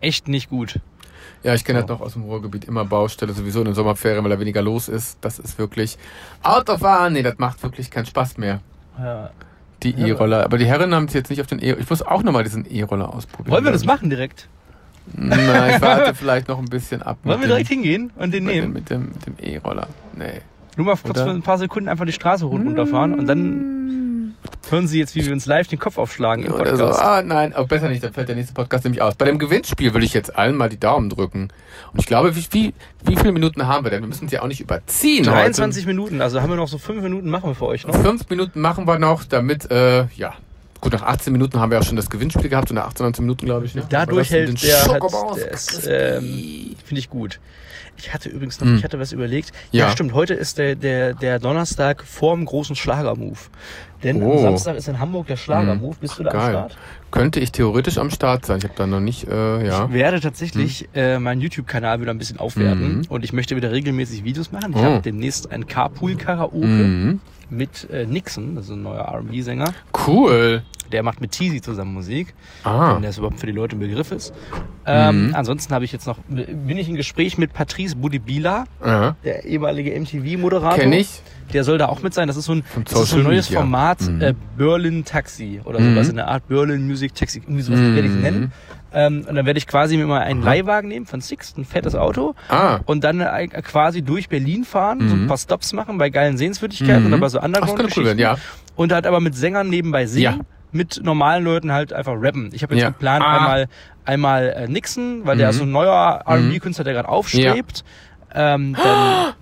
echt nicht gut. Ja, ich kenne das noch aus dem Ruhrgebiet. Immer Baustelle, sowieso in den Sommerferien, weil da weniger los ist. Das ist wirklich Autofahren. Nee, das macht wirklich keinen Spaß mehr. Ja. Die E-Roller. Aber die Herren haben es jetzt nicht auf den E-Roller. Ich muss auch nochmal diesen E-Roller ausprobieren. Wollen wir das machen direkt? Nein, ich warte vielleicht noch ein bisschen ab. Wollen wir mit direkt dem, hingehen und den mit dem- nehmen? Mit dem mit dem E-Roller. nee. Nur mal kurz Oder? für ein paar Sekunden einfach die Straße rund- runterfahren und dann hören Sie jetzt, wie wir uns live den Kopf aufschlagen im Mm. Oder so. Podcast. Ah, nein, aber besser nicht. Dann fällt der nächste Podcast nämlich aus. Bei dem Gewinnspiel will ich jetzt allen mal die Daumen drücken. Und ich glaube, wie, wie, wie viele Minuten haben wir denn? Wir müssen es ja auch nicht überziehen. 23 Minuten, also haben wir noch so fünf Minuten machen wir für euch noch. Heute. Fünf Minuten machen wir noch, damit, äh, ja. Gut, nach 18 Minuten haben wir auch schon das Gewinnspiel gehabt. Und nach 18, 19 Minuten, glaube ich. Ne? Dadurch War das mit hält den der, hat, Schokobons? der ist, ähm, finde ich gut. Ich hatte übrigens noch, ich hatte was überlegt. Ja. Mm. Ja. stimmt. Heute ist der, der, der Donnerstag vorm großen Schlagermove. Denn am Oh. Mm. Samstag ist in Hamburg der Schlagermove. Bist du da am Geil. Start? Könnte ich theoretisch am Start sein. Ich habe da noch nicht, äh, ja. Hm. Ich werde tatsächlich äh, meinen YouTube-Kanal wieder ein bisschen aufwerten Mhm. und ich möchte wieder regelmäßig Videos machen. Ich Oh. habe demnächst ein Carpool-Karaoke Mhm. mit äh, Nixon, das ist ein neuer R&B-Sänger. Cool. Der macht mit Teasy zusammen Musik. Ah. Mhm. wenn das überhaupt für die Leute ein Begriff ist. Ähm, Ansonsten habe ich jetzt noch, bin ich im Gespräch mit Patrice Boudibila, Ja. der ehemalige MTV-Moderator. Kenn ich. Der soll da auch mit sein. Das ist so ein, Vom das ist so ein Social neues Media. Format, äh, Berlin Taxi oder Mhm. sowas in der Art Berlin Music Taxi, irgendwie sowas werde ich es Mhm. nennen. Ähm, und dann werde ich quasi mir mal einen Leihwagen nehmen von Six, ein fettes Auto. Ah. Und dann äh, quasi durch Berlin fahren, so ein Mhm. paar Stops machen bei geilen Sehenswürdigkeiten Mhm. und aber so Ach, das könnte Underground-Geschichten. cool werden, ja. Und halt aber mit Sängern nebenbei singen, Ja. mit normalen Leuten halt einfach rappen. Ich habe jetzt Ja. im Plan Ah. einmal, einmal äh, Nixon, weil der Mhm. ist so ein neuer R&B-Künstler, der gerade aufstrebt. Ähm, dann,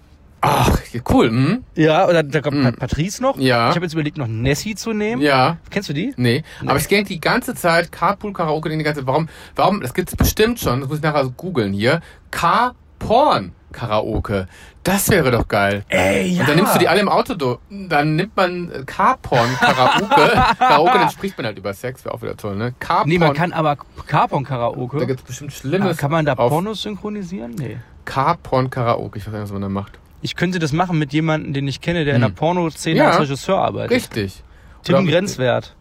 Ach, cool. Mhm. ja, oder da kommt Pat- Patrice noch. Ja. Ich habe jetzt überlegt, noch Nessie zu nehmen. Ja. Hm. Kennst du die? Nee, aber ich denke die ganze Zeit Carpool Karaoke, die ganze Warum, warum, das gibt's bestimmt schon, das muss ich nachher so googeln hier. Car-Porn Karaoke. Das wäre doch geil. Ey, Und dann nimmst du die alle im Auto durch. Dann nimmt man äh, Car-Porn Karaoke. Karaoke, dann spricht man halt über Sex, wäre auch wieder toll, ne? Car-Porn. Nee, man kann aber da Carpon-Karaoke. gibt's bestimmt Ah, Schlimmes. Kann man da auf Pornos synchronisieren? Nee. Car-Porn Karaoke, ich weiß nicht, was man da macht. Ich könnte das machen mit jemandem, den ich kenne, der in der Pornoszene Hm. Ja. als Regisseur arbeitet. Richtig. Tim Oder- Grenzwert.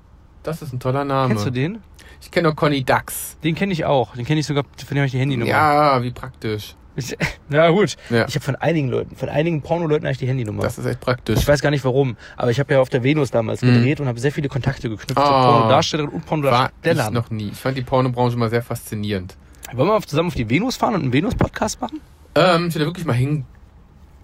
Das ist ein toller Name. Kennst du den? Ich kenne nur Conny Dax. Den kenne ich auch. Den kenne ich sogar, von dem habe ich die Handynummer. Ja, wie praktisch. Ich, na gut. Ja. Genau. Ich habe von einigen Leuten, von einigen Porno-Leuten eigentlich die Handynummer. Das ist echt praktisch. ich weiß gar nicht warum, aber ich habe ja auf der Venus damals gedreht und habe sehr viele Kontakte geknüpft zu Ah. Pornodarstellerinnen war und ich Pornodarstellern. noch nie. Ich fand die Pornobranche immer sehr faszinierend. Wollen wir auf- zusammen auf die Venus fahren und einen Venus-Podcast machen? Ähm, ich würde wirklich mal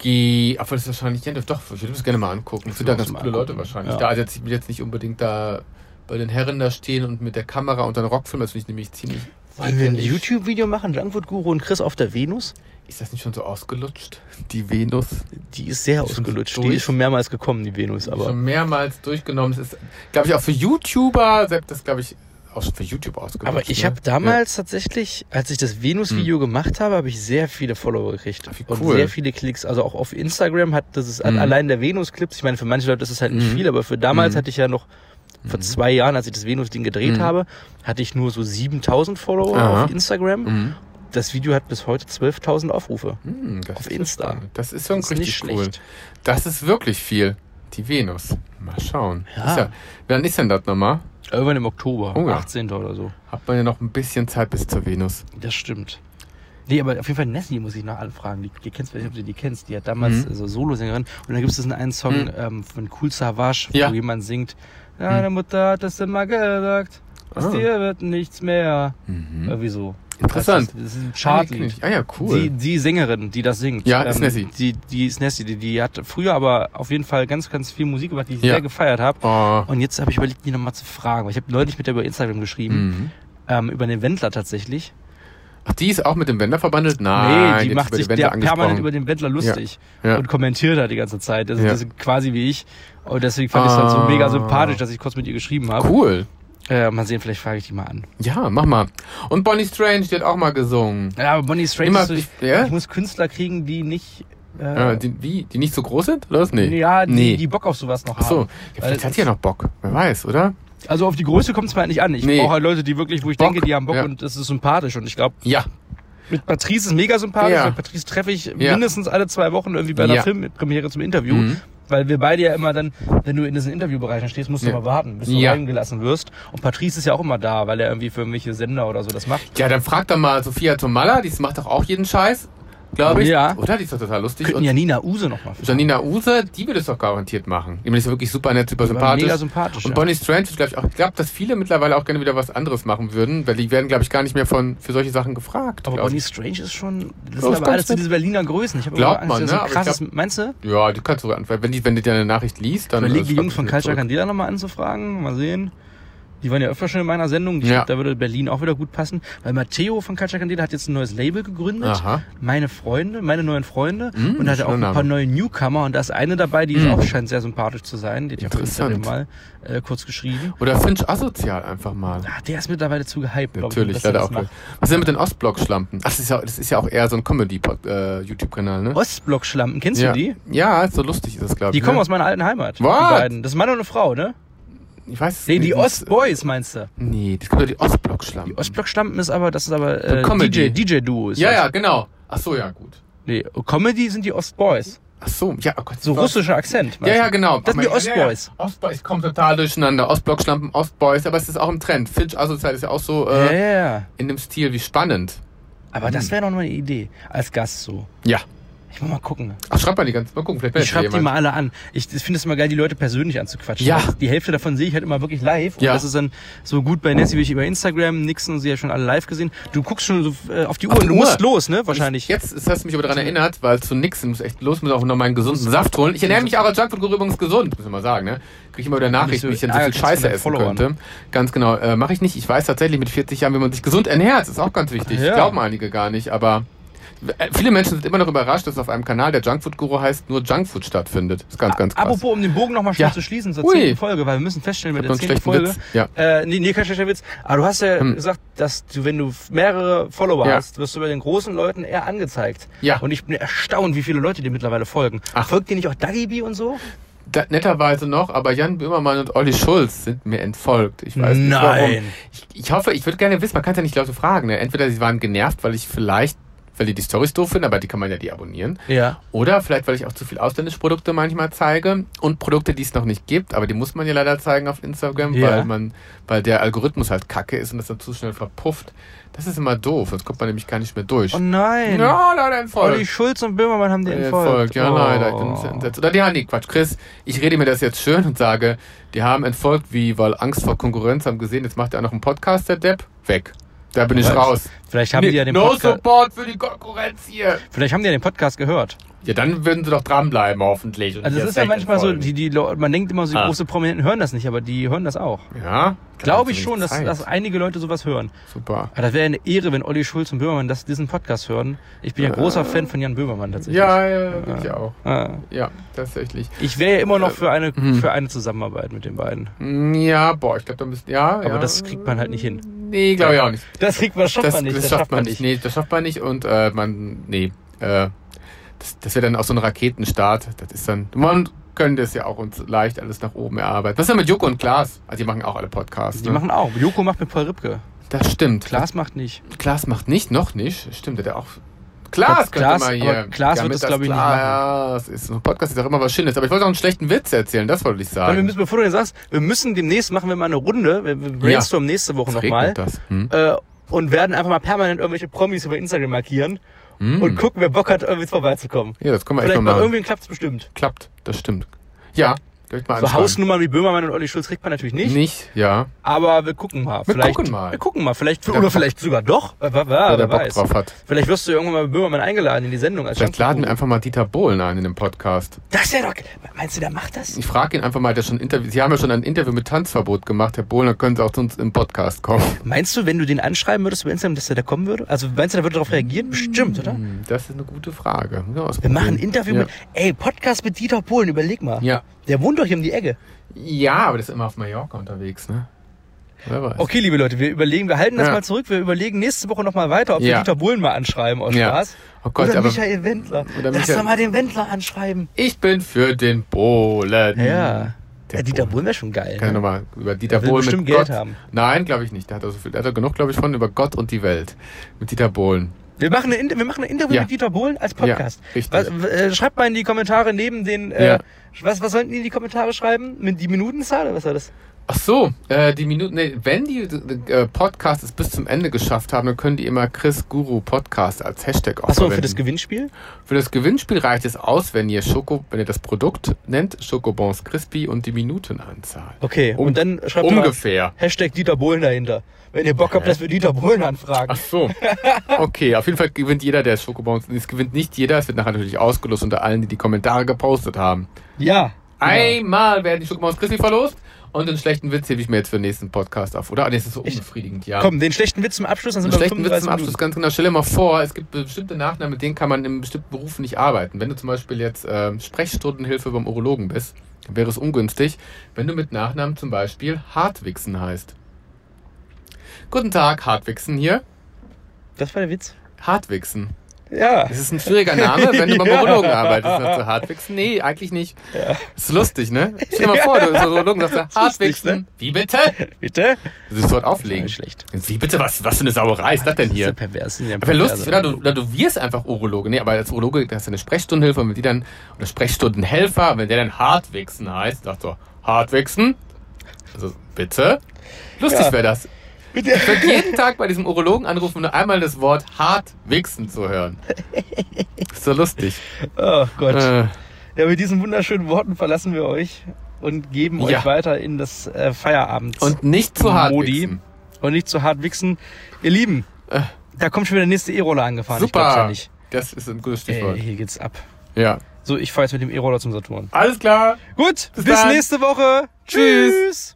hingehen. Obwohl das wahrscheinlich, ja, doch, ich würde es gerne mal angucken. Es sind da würd's ganz mal coole Leute angucken, wahrscheinlich. ja. Da, also jetzt, ich will jetzt nicht unbedingt da bei den Herren da stehen und mit der Kamera und dann Rockfilm, das finde ich nämlich ziemlich. Wollen wir ein ekelig. YouTube-Video machen? Langwood Guru und Chris auf der Venus? Ist das nicht schon so ausgelutscht? Die Venus. Die ist sehr Ist schon ausgelutscht. Die durch. ist schon mehrmals gekommen, die Venus, aber. Schon mehrmals durchgenommen. Das ist, glaube ich, auch für YouTuber, selbst das, glaube ich, auch für YouTube ausgelutscht. Aber ich ne? habe damals tatsächlich, als ich das Venus-Video gemacht habe, habe ich sehr viele Follower gekriegt. Hm. Wie Und cool. sehr viele Klicks. Also auch auf Instagram hat das ist hat Mhm. allein der Venus-Clips. Ich meine, für manche Leute ist es halt nicht Mhm. viel, aber für damals Mhm. hatte ich ja noch Hm. vor zwei Jahren, als ich das Venus-Ding gedreht Mhm. habe, hatte ich nur so 7000 Follower Aha. auf Instagram. Ja. Mhm. Das Video hat bis heute 12.000 Aufrufe. Hm, das Auf ist ja Insta. spannend. Das ist schon Das ist richtig nicht cool. schlecht. Das ist wirklich viel. Die Venus. Mal schauen. Ja. Ist ja wann ist denn das nochmal? Irgendwann im Oktober, Oh ja. 18. oder so. Hat man ja noch ein bisschen Zeit bis zur Venus. Das stimmt. Nee, aber auf jeden Fall Nessie muss ich noch anfragen. Die, die kennst du, ich weiß nicht, ob du die kennst. Die hat damals Mhm. äh, so Solosängerin. Und dann gibt es diesen einen Song Mhm. ähm, von Cool Savage, Ja. Mhm. wo jemand singt, deine Mutter hat das immer gesagt, aus Ah. dir wird nichts mehr. Mhm. Irgendwie so. Interessant. Das ist, das ist ein Ah, die kenn Chartlied. ich. ah ja, cool. Die, die Sängerin, die das singt. ähm, Ja, ist Nessie. Die, die ist Nessie. Die, die hat früher aber auf jeden Fall ganz, ganz viel Musik gemacht, die ich Ja. sehr gefeiert habe. oh. Und jetzt habe ich überlegt, die nochmal zu fragen. Weil ich habe neulich mit der über Instagram geschrieben, mhm. ähm, über den Wendler tatsächlich. Ach, die ist auch mit dem Wender verbandelt? Nein, Nee, die Ah, jetzt macht über sich die Wende der permanent angesprochen. über den Wendler lustig Ja. und kommentiert da die ganze Zeit. Also Ja. das ist quasi wie ich. Und deswegen fand ich es halt so Ah. mega sympathisch, dass ich kurz mit ihr geschrieben habe. Cool. Äh, mal sehen, vielleicht frage ich die mal an. Ja, mach mal. Und Bonnie Strange, die hat auch mal gesungen. Ja, aber Bonnie Strange, Immer- ist so, ich, ich- ja? ich muss Künstler kriegen, die nicht. Ja, Äh, die, wie? Die nicht so groß sind? Oder was? Nee. ja, die, nee. die Bock auf sowas noch Ach so. haben. Ja, vielleicht hat die ja noch Bock. Wer weiß, oder? Also auf die Größe kommt es mir halt nicht an. Ich Nee. brauche halt Leute, die wirklich, wo ich Bock. denke, die haben Bock Ja. und es ist sympathisch. Und ich glaube, Ja. mit Patrice ist mega sympathisch. Ja. Weil Patrice treffe ich Ja. mindestens alle zwei Wochen irgendwie bei einer Ja. Filmpremiere zum Interview. Mhm. Weil wir beide ja immer dann, wenn du in diesen Interviewbereichen stehst, musst du Ja. mal warten, bis du Ja. reingelassen wirst. Und Patrice ist ja auch immer da, weil er irgendwie für irgendwelche Sender oder so das macht. Ja, dann frag doch mal Sophia Tomalla, die macht doch auch jeden Scheiß, glaube ich. Ja. Oder? Die ist doch total lustig. Könnten Und ja Nina Use nochmal Janina Use, die wird es doch garantiert machen. Die ist ja wirklich super nett, super sympathisch. Mega sympathisch. Und ja. Bonnie Strange, ist, glaub ich, auch, ich glaube, dass viele mittlerweile auch gerne wieder was anderes machen würden, weil die werden, glaube ich, gar nicht mehr von für solche Sachen gefragt. aber glaub Bonnie ich. Strange ist schon, das Ja, sind das aber alles kannst so du- diese Berliner Größen. Ich habe Glaubt Angst, man, dass ne? so Aber ich krasses, glaub- meinst du? Ja, die kannst du sogar antworten. Wenn die, wenn die dir eine Nachricht liest, dann. Überlegen die schreibt Jungs von sie Culture zurück. Candida nochmal anzufragen, mal sehen. Die waren ja öfter schon in meiner Sendung. Ich Ja. glaub, da würde Berlin auch wieder gut passen. Weil Matteo von Katschakandela hat jetzt ein neues Label gegründet. Aha. Meine Freunde, meine neuen Freunde. Mm, und hat auch ein schöner paar Name. Hm. neue Newcomer. Und da ist eine dabei, die ist auch scheint sehr sympathisch zu sein. Die hat ja auf Interessant. Instagram mal äh, kurz geschrieben. Oder Finch asozial einfach mal. Ah, der ist mittlerweile zu gehypt. glaub ich, Natürlich, dass er leider das auch. macht. Was ist denn mit den Ostblock-Schlampen? Ach, das ist, ja, das ist ja auch eher so ein Comedy-YouTube-Kanal, ne? Ostblock-Schlampen, kennst ja. du die? Ja, so lustig ist das, glaube ich. Die kommen ne? aus meiner alten Heimat. What? Die beiden. Das ist ein Mann und eine Frau, ne? Ich weiß es Nee, die nicht. Ostboys meinst du? Nee, das kommt ja die Ostblock-Schlampen. Die Ostblock-Schlampen ist aber, das ist aber äh, Comedy. DJ, DJ-Duo. ist ja, das. ja, genau. Ach so, ja, gut. Nee, Comedy sind die Ostboys. Ach so, ja, oh Gott. So was? russischer Akzent. Ja, weißt ja, du? genau. Das sind die Aber- ja, ja. Ostboys. Ostboys kommen total durcheinander. Ostblock-Schlampen, Ostboys, aber es ist auch im Trend. Finch asozial ist ja auch so Ja, äh, hm. ja, ja. in dem Stil. Wie spannend. Aber das wäre doch mal eine Idee. Als Gast so. Ja. Ich muss mal gucken. Ach, schreib mal die ganzen. Mal gucken, vielleicht Ich meldet sich schreibe die jemand. mal alle an. Ich finde es immer geil, die Leute persönlich anzuquatschen. Ja. Weil Die Hälfte davon sehe ich halt immer wirklich live. Und Ja. das ist dann so gut bei Nessie wie ich über Instagram. Nixon, sie ja schon alle live gesehen. Du guckst schon so äh, auf die Uhr. Auf und die du Uhr. musst los, ne? Wahrscheinlich. Jetzt jetzt hast du mich aber daran erinnert, weil zu nix, ich muss echt los, muss auch noch meinen gesunden Saft holen. Ich ernähre mich auch als Junkfood Guru übrigens gesund, muss man mal sagen, ne? Kriege ich immer wieder Nicht Nachrichten, so wie ich denn so viel ärgerlich von Scheiße deinen essen Followern. könnte. Ganz genau, äh, mache ich nicht. Ich weiß tatsächlich mit 40 Jahren, wenn man sich gesund ernährt, ist auch ganz wichtig. Ja. Glauben einige gar nicht, aber äh, viele Menschen sind immer noch überrascht, dass auf einem Kanal, der Junkfood Guru heißt, nur Junkfood stattfindet. Ist ganz, ganz krass. Apropos, um den Bogen nochmal schnell Ja. zu schließen zur Ui. zehnten Folge, weil wir müssen feststellen, bei Ich der hab zehnten noch einen Folge. schlechten Witz. Hm. Äh, nee, nee, kein schlechter Witz. Aber du hast ja gesagt, dass du, wenn du mehrere Follower Ja. hast, wirst du bei den großen Leuten eher angezeigt. Ja. Und ich bin erstaunt, wie viele Leute dir mittlerweile folgen. Ach. Folgt dir nicht auch Dagi B und so? Da, netterweise noch, aber Jan Böhmermann und Olli Schulz sind mir entfolgt. Ich weiß nicht Nein. warum. Ich, ich hoffe, ich würde gerne wissen, man kann ja nicht Leute fragen. Ne? Entweder sie waren genervt, weil ich vielleicht, weil die die Storys doof finden, aber die kann man ja die abonnieren. Ja. Oder vielleicht, weil ich auch zu viel ausländische Produkte manchmal zeige und Produkte, die es noch nicht gibt, aber die muss man ja leider zeigen auf Instagram, Ja. weil man, weil der Algorithmus halt kacke ist und das dann zu schnell verpufft. Das ist immer doof, sonst kommt man nämlich gar nicht mehr durch. Oh nein. ja, leider entfolgt. Olli Schulz und Böhmermann haben dir entfolgt. Entfolgt, Äh, ja, oh. leider. Ich bin sehr entsetzt. Oder die haben, nee, Quatsch, Chris, ich rede mir das jetzt schön und sage, die haben entfolgt, wie, weil Angst vor Konkurrenz haben gesehen, jetzt macht er auch noch einen Podcast, der Depp, weg. Da bin ich Weiß. raus. Vielleicht haben, die ja den no Podca- support für die Konkurrenz hier. Vielleicht haben die ja den Podcast gehört. Ja, dann würden sie doch dranbleiben, hoffentlich. und Also nicht erst es ist ja recht manchmal so, entfolgen. die, die Leute, man denkt immer so, die Ah. große Prominenten hören das nicht, aber die hören das auch. ja, Glaube Dann ich hat schon, sie dass, Zeit. dass einige Leute sowas hören. Super. Aber Ah, das wäre eine Ehre, wenn Olli Schulz und Böhmermann das, diesen Podcast hören. Ich bin ja großer Fan von Jan Böhmermann tatsächlich. Ja, ja, bin ich auch. Ah. Ja, tatsächlich. Ich wäre ja immer noch für Äh, eine, hm. für eine Zusammenarbeit mit den beiden. Ja, boah, ich glaube, da müssen, ja, Aber ja. das kriegt man halt nicht hin. Nee, glaube ich auch nicht. Das kriegt man, schafft das, man nicht. Das, schafft, man nicht. Nee, das schafft man nicht und äh, man, nee, äh, das, das wäre dann auch so ein Raketenstart. Das ist dann, man könnte es ja auch uns leicht alles nach oben erarbeiten. Was ist denn mit Joko und Klaas? Also die machen auch alle Podcasts. Die ne? machen auch. Joko macht mit Paul Ripke. das stimmt. Klaas macht nicht. Klaas macht nicht, noch nicht. Stimmt, der auch. Klaas Glaub, könnte Klaas- mal hier. aber Klaas wird mit das, glaub ich, nicht Klaas ist ein Podcast ist auch immer was Schönes. Aber ich wollte auch einen schlechten Witz erzählen, das wollte ich Aber wir sagen. müssen, bevor du das sagst, wir müssen demnächst machen wir mal eine Runde. Wir wir brainstormen nächste Woche Jetzt nochmal. regnet das. Hm? Äh, und werden einfach mal permanent irgendwelche Promis über Instagram markieren und gucken, wer Bock hat, irgendwie vorbeizukommen. Hm. Ja, das können wir echt Vielleicht mal bei machen. irgendwen klappt es bestimmt. Klappt, das stimmt. Ja, kann ich mal So anschreiben. Hausnummern wie Böhmermann und Olli Schulz kriegt man natürlich nicht. Nicht, ja. Aber wir gucken mal. Wir vielleicht, gucken mal. Wir gucken mal. Vielleicht, Bock- oder vielleicht sogar doch. Wer, wer, Wer Ah, wer, da wer Bock weiß. drauf hat. Vielleicht wirst du irgendwann mal bei Böhmermann eingeladen in die Sendung. Als Vielleicht Junkfood-Guru. laden wir einfach mal Dieter Bohlen ein in den Podcast. Das wäre doch... Meinst du, der macht das? Ich frage ihn einfach mal, der schon Interview. Sie haben ja schon ein Interview mit Tanzverbot gemacht, Herr Bohlen, dann können Sie auch zu uns im Podcast kommen. Meinst du, wenn du den anschreiben würdest über Instagram, dass der da kommen würde? Also meinst du, der würde darauf reagieren? Bestimmt, oder? Hm, Das ist eine gute Frage. Wir machen ein Interview ja. mit... Ey, Podcast mit Dieter Bohlen, überleg mal. Ja. Der wohnt doch hier um die Ecke. Ja, aber das ist immer auf Mallorca unterwegs, ne? Wer weiß. Okay, liebe Leute, wir überlegen, wir halten das Ja. mal zurück. Wir überlegen nächste Woche nochmal weiter, ob wir Ja. Dieter Bohlen mal anschreiben aus Ja. Spaß. Oh Gott, oder aber- Michael Wendler. Oder Lass Michael- doch mal den Wendler anschreiben. Ich bin für den Bohlen. Ja. Hm. Der ja Dieter Bohlen wäre schon geil. Kann ich ne? nochmal über Dieter Der will Bohlen mit bestimmt Geld Gott. haben. Nein, glaube ich nicht. Der hat, also viel, der hat genug, glaube ich, von über Gott und die Welt. Mit Dieter Bohlen. Wir machen, eine, Inter- wir machen ein Interview Ja. mit Dieter Bohlen als Podcast. Ja, richtig. was, w- äh, schreibt mal in die Kommentare neben den. Äh, Ja. was, was sollten die in die Kommentare schreiben? Mit die Minutenzahl oder was war das? Ach so, äh, die Minuten, nee, wenn die die, äh, Podcasts es bis zum Ende geschafft haben, dann können die immer Chris Guru Podcast als Hashtag auch Achso, für verwenden. das Gewinnspiel? für das Gewinnspiel reicht es aus, wenn ihr Schoko, wenn ihr das Produkt nennt, Schokobons Crispy und die Minutenanzahl. Okay. Um- und dann schreibt ungefähr. Mal Hashtag Dieter Bohlen dahinter. Wenn ihr Bock habt, dass wir Dieter Bohlen anfragen. Ach so. Okay, auf jeden Fall gewinnt jeder der Schokobons. Es gewinnt nicht jeder, es wird nachher natürlich ausgelost unter allen, die die Kommentare gepostet haben. Ja. Einmal werden die Schokobons Crispy verlost Und den schlechten Witz hebe ich mir jetzt für den nächsten Podcast auf, oder? Ah, nee, das ist so unbefriedigend, ja. Genau. Komm, den schlechten Witz zum Abschluss, dann sind Einen wir bei schlechten Witz 35 zum Abschluss, Minuten. ganz genau. Stell dir mal vor, es gibt bestimmte Nachnamen, mit denen kann man in bestimmten Berufen nicht arbeiten. Wenn du zum Beispiel jetzt ähm, Sprechstundenhilfe beim Urologen bist, dann wäre es ungünstig, wenn du mit Nachnamen zum Beispiel Hartwigsen heißt. Guten Tag, Hartwigsen hier. Das war der Witz. Hartwigsen. Ja. Das ist ein schwieriger Name, wenn du beim Ja. Urologen arbeitest. Sagst du Hartwichsen? Nee, eigentlich nicht. Ist lustig, ne? Stell dir mal vor, du bist Urologen und sagst du, Ist lustig, ne? Hartwichsen. Wie bitte? Bitte? Du sollst dort auflegen. Nicht schlecht. Wie bitte? Was, was für eine Sauerei ist das denn hier? Das ist ja pervers. Das ist ja Aber pervers. lustig, oder? Du, oder du wirst einfach Urologe. Nee, aber als Urologe, da hast du eine Sprechstundenhilfe und wenn die dann, oder Sprechstundenhelfer, wenn der dann Hartwichsen heißt, sagt so, Hartwichsen? Also, bitte? Lustig Ja. wäre das. Bitte. Ich würde jeden Tag bei diesem Urologen anrufen, um nur einmal das Wort Hartwichsen zu hören. Ist so lustig. Oh Gott. Äh, Ja, mit diesen wunderschönen Worten verlassen wir euch und geben Ja. euch weiter in das äh, Feierabend. und nicht zu hart. wichsen. Und nicht zu hart wichsen. Ihr Lieben, Äh. da kommt schon wieder der nächste E-Roller angefahren. Ich glaub's ja Super. nicht. Das ist ein gutes Stichwort. Ey, hier geht's ab. Ja. So, ich fahr jetzt mit dem E-Roller zum Saturn. Alles klar. Gut, bis, dann. nächste Woche. Tschüss. Tschüss.